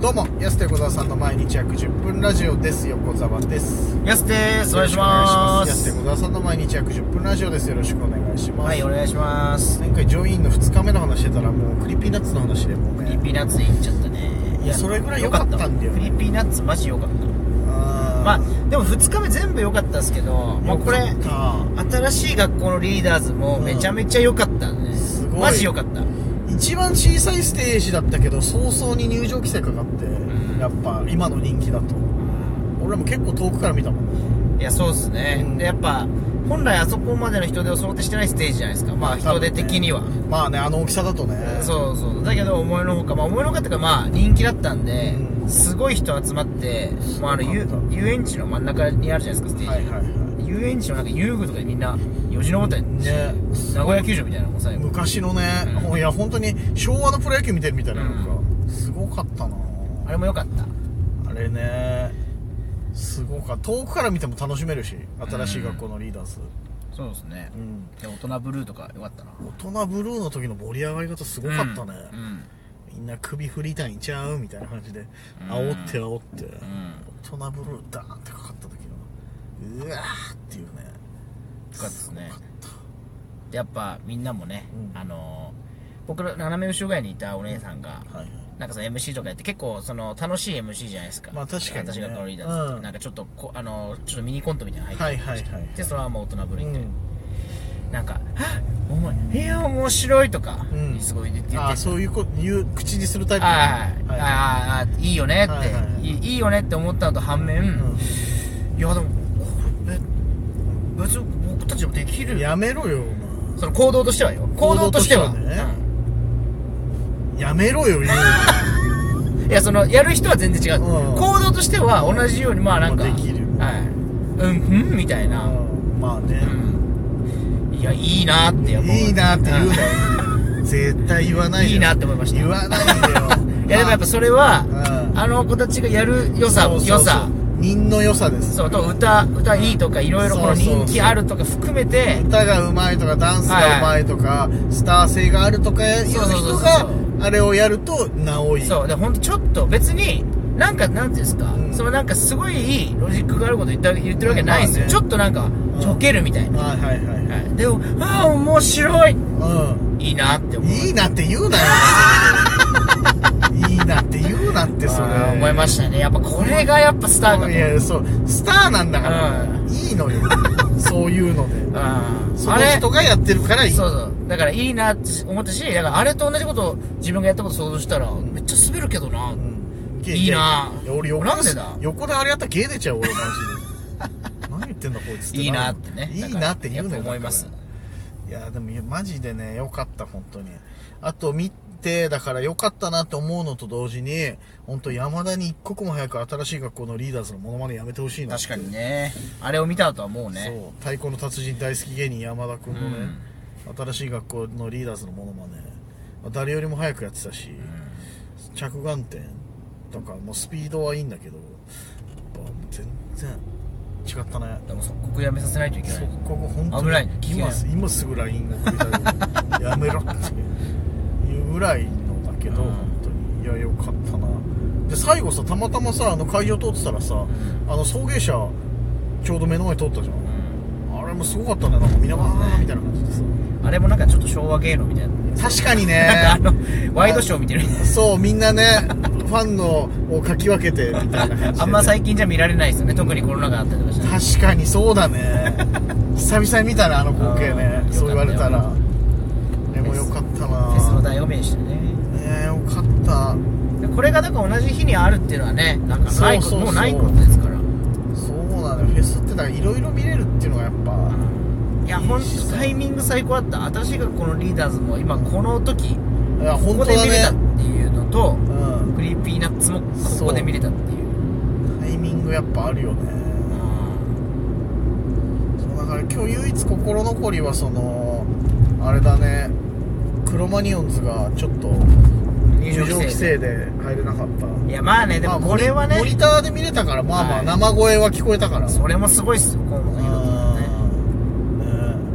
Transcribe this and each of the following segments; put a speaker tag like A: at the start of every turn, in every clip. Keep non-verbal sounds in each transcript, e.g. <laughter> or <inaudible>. A: どうも、安手小沢さんの毎日約10分ラジオです。横澤です。
B: やすです。お願いしま
A: 安手
B: す。
A: 小沢さんの毎日約10分ラジオです。よろしくお願いします。
B: はい、お願いします。
A: 前回ジョインの2日目の話してたら、もうクリーピーナッツの話でもう
B: クリ
A: ね
B: ー、ピーナッツで行っちゃったね。
A: いやそれぐらい良かったんだよね
B: クリーピーナッツマジ良かった。ま
A: ま
B: あ、でも2日目全部良かったですけど、まあこれ、新しい学校のリーダーズもめちゃめちゃ良かったね。
A: すごい
B: マジ良かった。
A: 一番小さいステージだったけど、早々に入場規制かかって、
B: ん
A: やっぱ今の人気だと。俺らも結構遠くから見たもんね。
B: いや、そうですね
A: うん。
B: で、やっぱ、本来あそこまでの人手を想定してないステージじゃないですか。まあ人手的には。
A: まあね、あの大きさだとね。
B: そうそうだけど思いのほかまあ思いのほかっていうかまあ人気だったんで、
A: うん
B: すごい人集まって、まあ、あの
A: そうな
B: 遊
A: ん
B: 遊園地の真ん中にあるじゃないですかステージ、
A: はいはいは
B: 遊園地のなんか遊具とかにみんなよじ登ったり
A: い。ね。
B: 名古屋球場みたいなのも最後
A: 昔のね、
B: うん
A: いや本当に昭和のプロ野球見てるみたいななんか、すごかったな
B: あれも良かった
A: あれねすごかった遠くから見ても楽しめるし新しい学校のリーダーズ、
B: そうですね
A: うん
B: で大人ブルーとか良かったな
A: 大人ブルーの時の盛り上がり方すごかったね、
B: うん
A: みんな首振りたいんちゃうみたいな感じで
B: うん
A: 煽って煽って、
B: うん
A: 大人ブルーダーンってかかった時のうわーっていうね
B: 良かったですね
A: すごかった
B: でやっぱみんなもね、
A: うん
B: あのー僕ら斜め後ろぐらいにいたお姉さんが、
A: はいはい
B: なんかその MC とかやって結構その楽しい MC じゃないですか。
A: まあ確かにね
B: 私がノリだった、
A: うん
B: なんかちょっとこあのちょっとミニコントみたいなの
A: は
B: 入
A: い
B: って
A: は
B: ま
A: い
B: した
A: はい
B: でそのまま大人ぶり
A: う
B: で、
A: ん
B: なんか「あお前いや面白い」とか、
A: うん
B: すごい言ってて。
A: ああそういうこ言う口にするタイプ
B: あー、
A: は
B: あ
A: い
B: ーあーいいよねって、
A: はい
B: い
A: はいはい
B: いいいよねって思ったのと反面、いやでもこれえ別に僕たちもでき
A: うん
B: る
A: やめろよ、
B: その行動としてはよ行動としては
A: 行動としてはねお前やめろよ、言うの。
B: うんいやそのやる人は全然違う、
A: うん
B: 行動としては同じようにまあなんか、
A: まあできる
B: はい、うんうんみたいな、
A: うんまあね。
B: うんいや、いいなってやっぱ思う
A: いいなって言うなよ。絶対言わないよ
B: いいなって思いました。
A: 言わないでよ
B: <laughs> いや、でもやっぱそれは
A: う、ん
B: あの子たちがやる良さ、
A: そうそうそう
B: 良さ、。
A: 人の良さです。
B: そう、と歌、歌いいとか、いろいろこの
A: そうそうそう
B: 人気あるとか含めて、
A: 歌がうまいとか、ダンスがうまいとか、スター性があるとかいう
B: そうそうそうそ
A: 人
B: う
A: が、あれをやると、なおいい。
B: そう、で、ほんとちょっと別に、なんか、なんていうんですか
A: う、ん
B: そのなんかすごいいいロジックがあること言った言ってるわけないです
A: ま
B: よ。
A: あね
B: ちょっとなんか、ちょけるみたいな。
A: はいはいはいは
B: はいでも、ああ、面白い
A: い。うん。
B: いいなって思う。
A: いいなって言うなよ、そ
B: <laughs>
A: れでいいなって言うなって、それ
B: あー。思いましたね。やっぱこれがやっぱスターかと。
A: いや、そう、スターなんだから、
B: う
A: いいの
B: <laughs>
A: よ。そういうので。
B: うん
A: その人がやってるからいい。
B: そうそう。だからいいなって思ったし、だからあれと同じことを自分がやったこと想像したら、めっちゃ滑るけどな。
A: うん
B: いいな
A: や俺横
B: なんでだ
A: 横であれやったらゲー出ちゃう、俺、マジで。
B: <laughs>
A: 何言ってんだ、こいつって。
B: いいなってね。
A: いいなって言うの
B: や
A: よ。
B: ぱ思います
A: だ。からいや、でもいや、マジでね、よかった、本当に。あと、見て、だからよかったなって思うのと同時に、本当山田に一刻も早く新しい学校のリーダーズのモノマネやめてほしいなって。
B: 確かにね。あれを見た後はもうね。
A: そう太鼓の達人大好き芸人山田君のね、新しい学校のリーダーズのものまね誰よりも早くやってたし、着眼点とかもうスピードはいいんだけどやっぱ全然違ったね
B: でも即刻やめさせないといけな
A: そ
B: い。
A: こが本当に
B: 危ない
A: 今す今すぐ LINE が送りたい
B: <laughs>
A: やめろっていうぐらいのだけど、
B: うん
A: 本当にいやよかったなで最後さたまたまさあの会場通ってたらさ、あの送迎車ちょうど目の前通ったじゃん、あれもすごかったねなんかみんなわーみたいな感じでさ
B: あれもなんかちょっと昭和芸能みたいな。
A: 確かに
B: な
A: ね
B: んかあの、ワイドショー見てるみたいな。
A: そうみんなねファンのをかき分けてみたいな感じでね、
B: あんま最近じゃ見られないですよね。特にコロナがあったりとかして。
A: 確かにそうだね久々に見たねあの光景ね
B: うん
A: そう言われた
B: よ
A: ら
B: かっ
A: でもよかったな
B: フェスの代を弁してね。
A: ねえよかった
B: でこれがなんか同じ日にあるっていうのはね、なんかないこと
A: そうそうそう
B: もうないことですから。
A: そうなのよフェスってだからいろいろ見れるっていうのがやっぱ
B: いや、ほんとタイミング最高だった。新しい学校のリーダーズも今この時、
A: いや
B: こ
A: 本
B: こ
A: 当
B: で見れた
A: だ
B: っ
A: ね
B: ていうのと、
A: うん
B: クリーピーナッツもここで見れたっていう。
A: タイミングやっぱあるよねそうだから今日唯一心残りはそのあれだねクロマニオンズがちょっと
B: 入
A: 入
B: 場
A: 場規
B: 規制。
A: 制で入れなかった
B: いや、まあね、で
A: まあ
B: もこれはね
A: モニ、モニターで見れたからまあま
B: は
A: あ
B: い
A: 生声は聞こえたから
B: それもすごいっすよ、今後の
A: う
B: 色々とね。
A: んね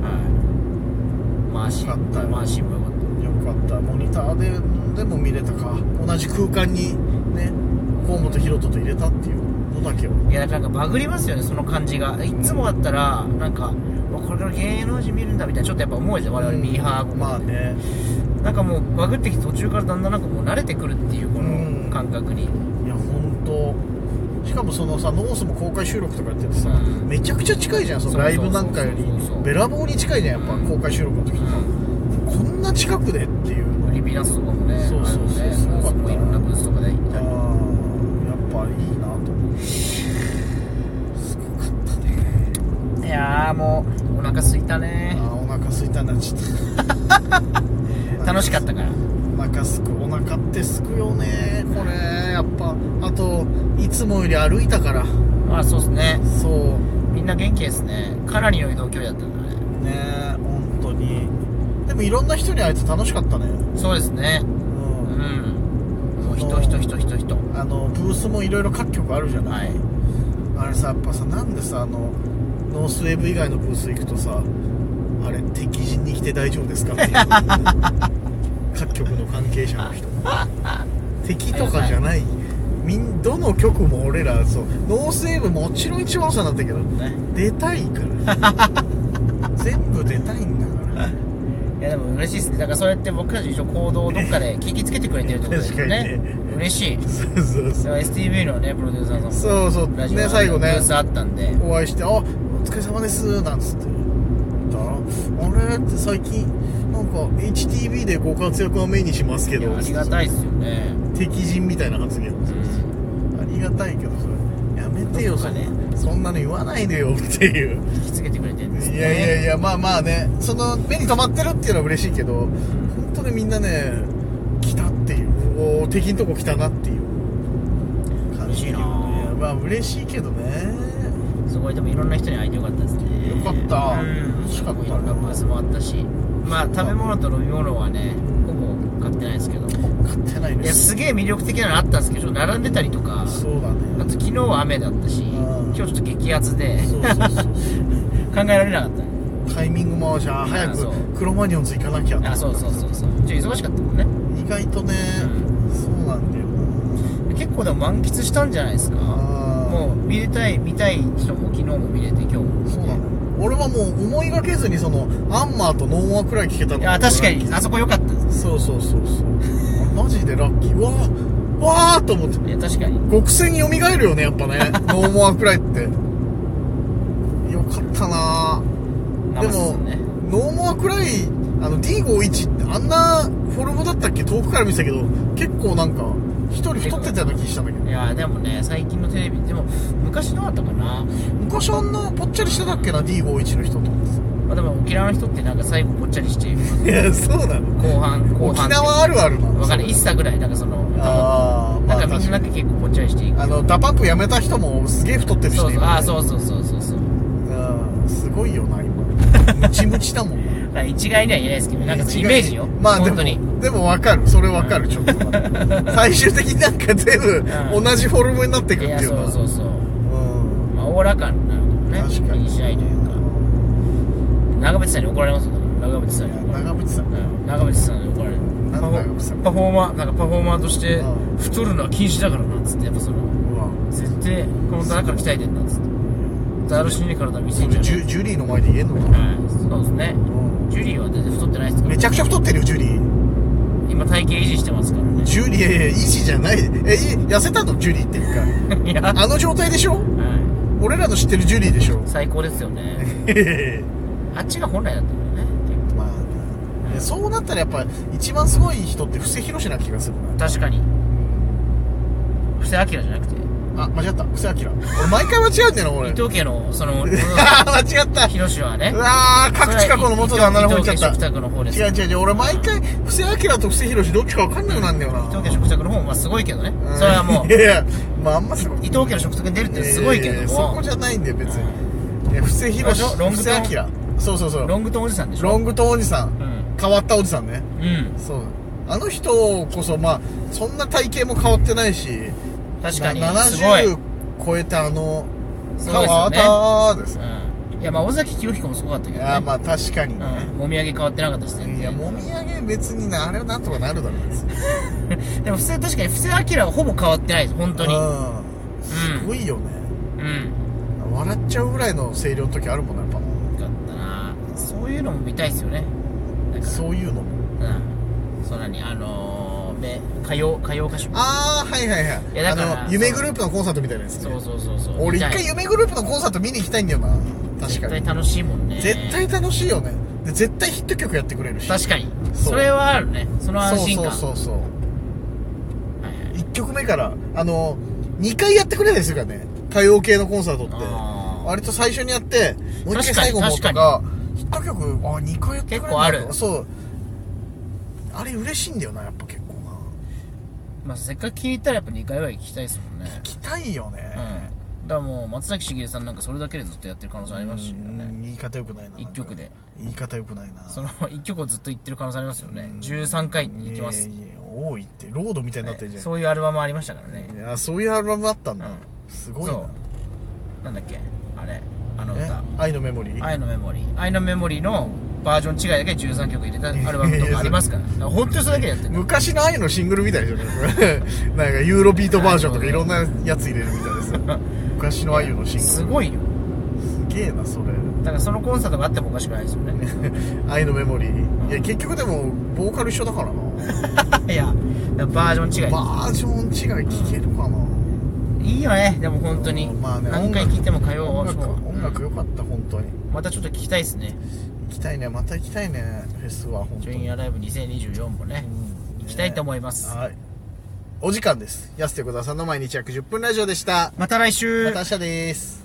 B: はいマーシ
A: よかったよ
B: ン、マーシンもよか
A: よ
B: っ
A: かったモニターででも見れたか同じ空間にね河本大翔と入れたっていうのだけはい
B: やなんかバグりますよねその感じがいつもだったらなんかうわこれから芸能人見るんだみたいなちょっとやっぱ思うじゃん我々ミーハーも、
A: まあね
B: なんかもうバグってきて途中からだんだんなんかもう慣れてくるっていうこ
A: うん
B: の感覚に、
A: いや本当しかもそのさノースも公開収録とかやっててさ、
B: うん
A: めちゃくちゃ近いじゃんその
B: そう
A: ラ
B: そう
A: イ
B: そう
A: ブなんかより
B: そうそうそう
A: べらぼうに近いじゃんやっぱ公開収録の時とか、こんな近くでっていうの
B: リビナスとかもね
A: そうそうそう
B: あるよね
A: すごかった
B: もういろんなブースとかで
A: あ
B: いた
A: あやっ
B: り
A: ぱいいなと思ってすごかったね
B: いやーもうお腹すいた
A: あ
B: ね
A: ーお腹すいたなちょっと
B: <laughs> 楽しかったから
A: お腹すくお腹ってすくよねこれやっぱあといつもより歩いたから
B: あそうですね
A: そう
B: みんな元気ですねかなりの移動距離だったんだね
A: ねえ本当にでもいろんな人に会えて楽しかったね
B: そうですね
A: うん
B: うんもう人人人人人
A: あのブースもいろいろ各局あるじゃない、
B: はい
A: あれさやっぱさなんでさあのノースウェーブ以外のブース行くとさあれ敵陣に来て大丈夫ですかって <laughs> いう各局の関係者の人敵とかじゃないみんどの局も俺らそうノースウェーブもちろん一番お世話になったけど
B: ね
A: 出たいから <laughs> 全部出たいんだから
B: いやでも嬉しいですねだからそうやって僕たち一応行動をどっ
A: <laughs>
B: かで聞きつけてくれてるってことですよ
A: 確
B: ね
A: かに
B: 嬉しい
A: <laughs> そうそうそう
B: それは STV のねプロデューサーさんも
A: そうそう
B: ラジオ
A: ね最後
B: ブ
A: ね
B: ースあったんで
A: お会いして「あお疲れ様です」なんつって「あれ?」って最近なんか HTV でご活躍は目にしますけ
B: い
A: ど
B: やありがたいっすよね
A: 敵人みたいな発言ありがたいけどそれやめてよ
B: どっ
A: そ,、
B: かね
A: そんなの言わないでよっていう
B: 引きつけてくれてるんです
A: い
B: ね
A: やいやいやまあまあねその目に留まってるっていうのは嬉しいけど本当にみんなね来たっていうおー敵のとこ来たなっていう感じだけどね
B: 嬉しいな
A: まあ嬉しいけどね
B: すごいでもいろんな人に会えてよかったですね
A: よかった
B: うん
A: 楽しかったない
B: ろんなブースもあったしまあ食べ物と飲み物はねほぼ買ってないですけどい
A: 買ってないで
B: や
A: す
B: すげえ魅力的なのあったんですけど並んでたりとかあ
A: そうだね
B: と昨日は雨だったし
A: ん
B: 今日ちょっと激アツで
A: そうそうそう
B: 考えられなかったね
A: タイミングも合うしあー早
B: あそ
A: く
B: う
A: クロマニオンズ行かなきゃ
B: あそうそうそうそうちょっと忙しかったもんね
A: 意外とね、そうなんだよな
B: 結構でも満喫したんじゃないですか
A: あー
B: もう見れたい見たい人も昨日も見れて今日も
A: そうなの俺はもう思いがけずにそのアンマーとノンワくらい聞けたの
B: いや確かにあそこ良かったです
A: そうそうそうそうあマジでラッキーうわーわーっと思って
B: いや確かに
A: 極戦蘇るよねやっ
B: <laughs>
A: ぱねノーモアくらいってよかったなで
B: 生っ
A: も、
B: すね
A: ノーモアくらいあの D51 ってあんなフォルムだったっけ遠くから見てたけど結構なんか一人太ってたような気したんだけど
B: いやでもね最近のテレビでも昔どうだったかな、
A: 昔あんなぽっちゃりしてたっけな D51 の人と思って
B: まあ、でも沖縄の人ってなんか最後ぽっちゃりしてる
A: たい <laughs> やそうなの
B: 後半後半
A: 沖縄あるあるなの
B: 分かる1歳ぐらいなんかその
A: あーま
B: なん
A: あ
B: かみ
A: 確
B: ん
A: か
B: ななん
A: に
B: か結構ぽっちゃりしていく
A: あのダパンプやめた人もすげえ太ってるし
B: そうそうああそううそうそうそうそう
A: すごいよな
B: <laughs>
A: 今ムチムチだもんな
B: だから一概には言えないですけどなんかイメージよ
A: まあで
B: 本当に
A: もでも分かるそれ分かる
B: <laughs>
A: ちょっと最終的になんか全
B: う
A: 部
B: ん
A: 同じフォルムになってい
B: い
A: くって
B: や
A: いうの
B: そう
A: は
B: そうそう
A: うん
B: まあおおらかになるけど
A: 確
B: ね
A: かに
B: いい試合というか長渕さんに怒られますよ長渕さんに怒られ
A: 長
B: る
A: 渕さん
B: うん長渕さんに怒られる
A: な
B: パ
A: ん
B: フ
A: で長渕さん
B: ォパフォーマーなんかパフォーマーとして
A: うん
B: 太るのは禁止だからなっつってやっぱその
A: うわ
B: 絶対この棚から鍛えてんだっつってだるしに体見せ
A: そ
B: ん
A: れ
B: じゃね
A: ジュジュリーの前で言えんのか
B: え
A: な、
B: はいそうですねジュリーは全然太ってないですか
A: め
B: ら
A: ちゃくちゃ太ってるよジュリー
B: 今体型維持してますからね
A: ジュリーいやいや維持じゃないえい痩せたのジュリーっていうか
B: <laughs> いや、は
A: あの状態でしょ
B: い、
A: 俺らの知ってるジュリーでしょ <laughs>
B: 最高ですよねあっちが本来だったんだよね
A: <laughs> まあねそうなったらやっぱ一番すごい人って布施宏な気がするな
B: 確かに布施明じゃなくて
A: あ間違った布施明俺毎回間違うんだよな俺
B: 伊藤家のその
A: あ <laughs> ー間違った
B: 広志はね
A: うわー各近くの元旦那の方行っちゃった
B: 伊藤家食卓の方です
A: 違う違う違う俺毎回布施明と布施宏どっちか分かんなくなんだよな
B: 伊藤家食卓の方もまあすごいけどね
A: うん
B: それはもう
A: <laughs> いやいやまああんまそこ
B: 伊藤家の食卓に出るってすごいけ
A: え
B: ど
A: ーそこ
B: も
A: じゃないんだよ別にいや布施宏
B: あロン
A: 布施
B: グトーン
A: 明そうそう <laughs> そう
B: ロングトンおじさんでしょ
A: ロングトーンおじさん、
B: うん
A: 変わったおじさんね
B: うん
A: そうあの人こそまあそんな体型も変わってないし
B: 確かに
A: な
B: すごい
A: 70超えたあの
B: すごい
A: 変
B: ですよ
A: わ
B: ね
A: ったですね
B: うんいいやまあ尾崎清彦もすごかったけど、ね、
A: あーまあ確かにね、
B: うん、もみあげ変わってなかったですね
A: いやもみあげ別になあれはなんとかなるだろう別に
B: でも布施確かに布施明はほぼ変わってないです本当に
A: うんすごいよね、
B: うん
A: 笑っちゃうぐらいの声量の時あるもんねやっぱも
B: よかったなそういうのも見たいですよねだ
A: う
B: か
A: そういうのも
B: らうんそうなにあのー、め歌謡歌謡歌手
A: ああはいはいはい
B: いやだから
A: あの夢グループのコンサートみたいなやつね
B: そうそうそうそう
A: 俺
B: 見
A: 一
B: たい
A: 回夢グループのコンサート見に行きたいんだよな確か
B: 絶対
A: に
B: 楽しいもんね
A: 絶対楽しいよねで絶対ヒット曲やってくれるし
B: 確かに
A: そう
B: それはあるねその安心感
A: そう
B: う
A: そうそうそう
B: はいはい
A: 1曲目からあの2回やってくれたりするからね歌謡系のコンサートって
B: あー
A: 割と最初にやってもう一回
B: 確かに
A: 最後もと
B: 確
A: かヒット曲あ2回やってくれ
B: 結構あ
A: た
B: る
A: そうあれ嬉しいんだよなやっぱ結構な
B: まあせっかく聞いたらやっぱ2回は行きたいですもんね
A: 行きたいよ
B: うん
A: ね、
B: だからもう松崎しげるさんなんかそれだけでずっとやってる可能性ありますし
A: う
B: ね
A: ん言い方よくないな
B: 一曲で
A: 言い方よくないな
B: その1曲 <laughs> をずっと言ってる可能性ありますよね13回行きます
A: いやいや多いってロードみたいになってるじゃん、
B: そういうアルバムありましたからね
A: いやそういうアルバムあったんだ、
B: う
A: すごいな
B: そうなんだっけあれあの
A: え
B: 歌
A: 愛のメモリ
B: 「
A: ー
B: 愛のメモリー」「愛のメモリー」のバージョン違いだけ13曲入れたアルバムとかありま
A: <laughs>
B: すからだから本当にそれだけやってる
A: 昔の愛のシングルみたいでしょ <laughs> なんかユーロビートバージョンとかいろんなやつ入れるみたい
B: <laughs>
A: です昔の愛のシングル
B: すごいよ
A: すげえなそれ
B: だからそのコンサートがあってもおかしくないですよ
A: <laughs>
B: ね
A: 愛のメモリーいや結局でもボーカル一緒だから
B: <laughs>
A: な
B: いやバージョン違い
A: バージョン違い聞けるかない
B: いよねでも本当に、
A: まあね
B: 何回
A: 音楽
B: 聴いても通う
A: 音楽
B: そう
A: 音楽良かった本当に
B: またちょっと聞きたいですね
A: 行きたいねまた行きたいねフェスは本
B: ジ
A: 当
B: ョ
A: に
B: インアライブ2024もね、行きたいと思います
A: はいお時間です安手小沢さんの毎日約10分ラジオでした
B: また来週
A: また明日です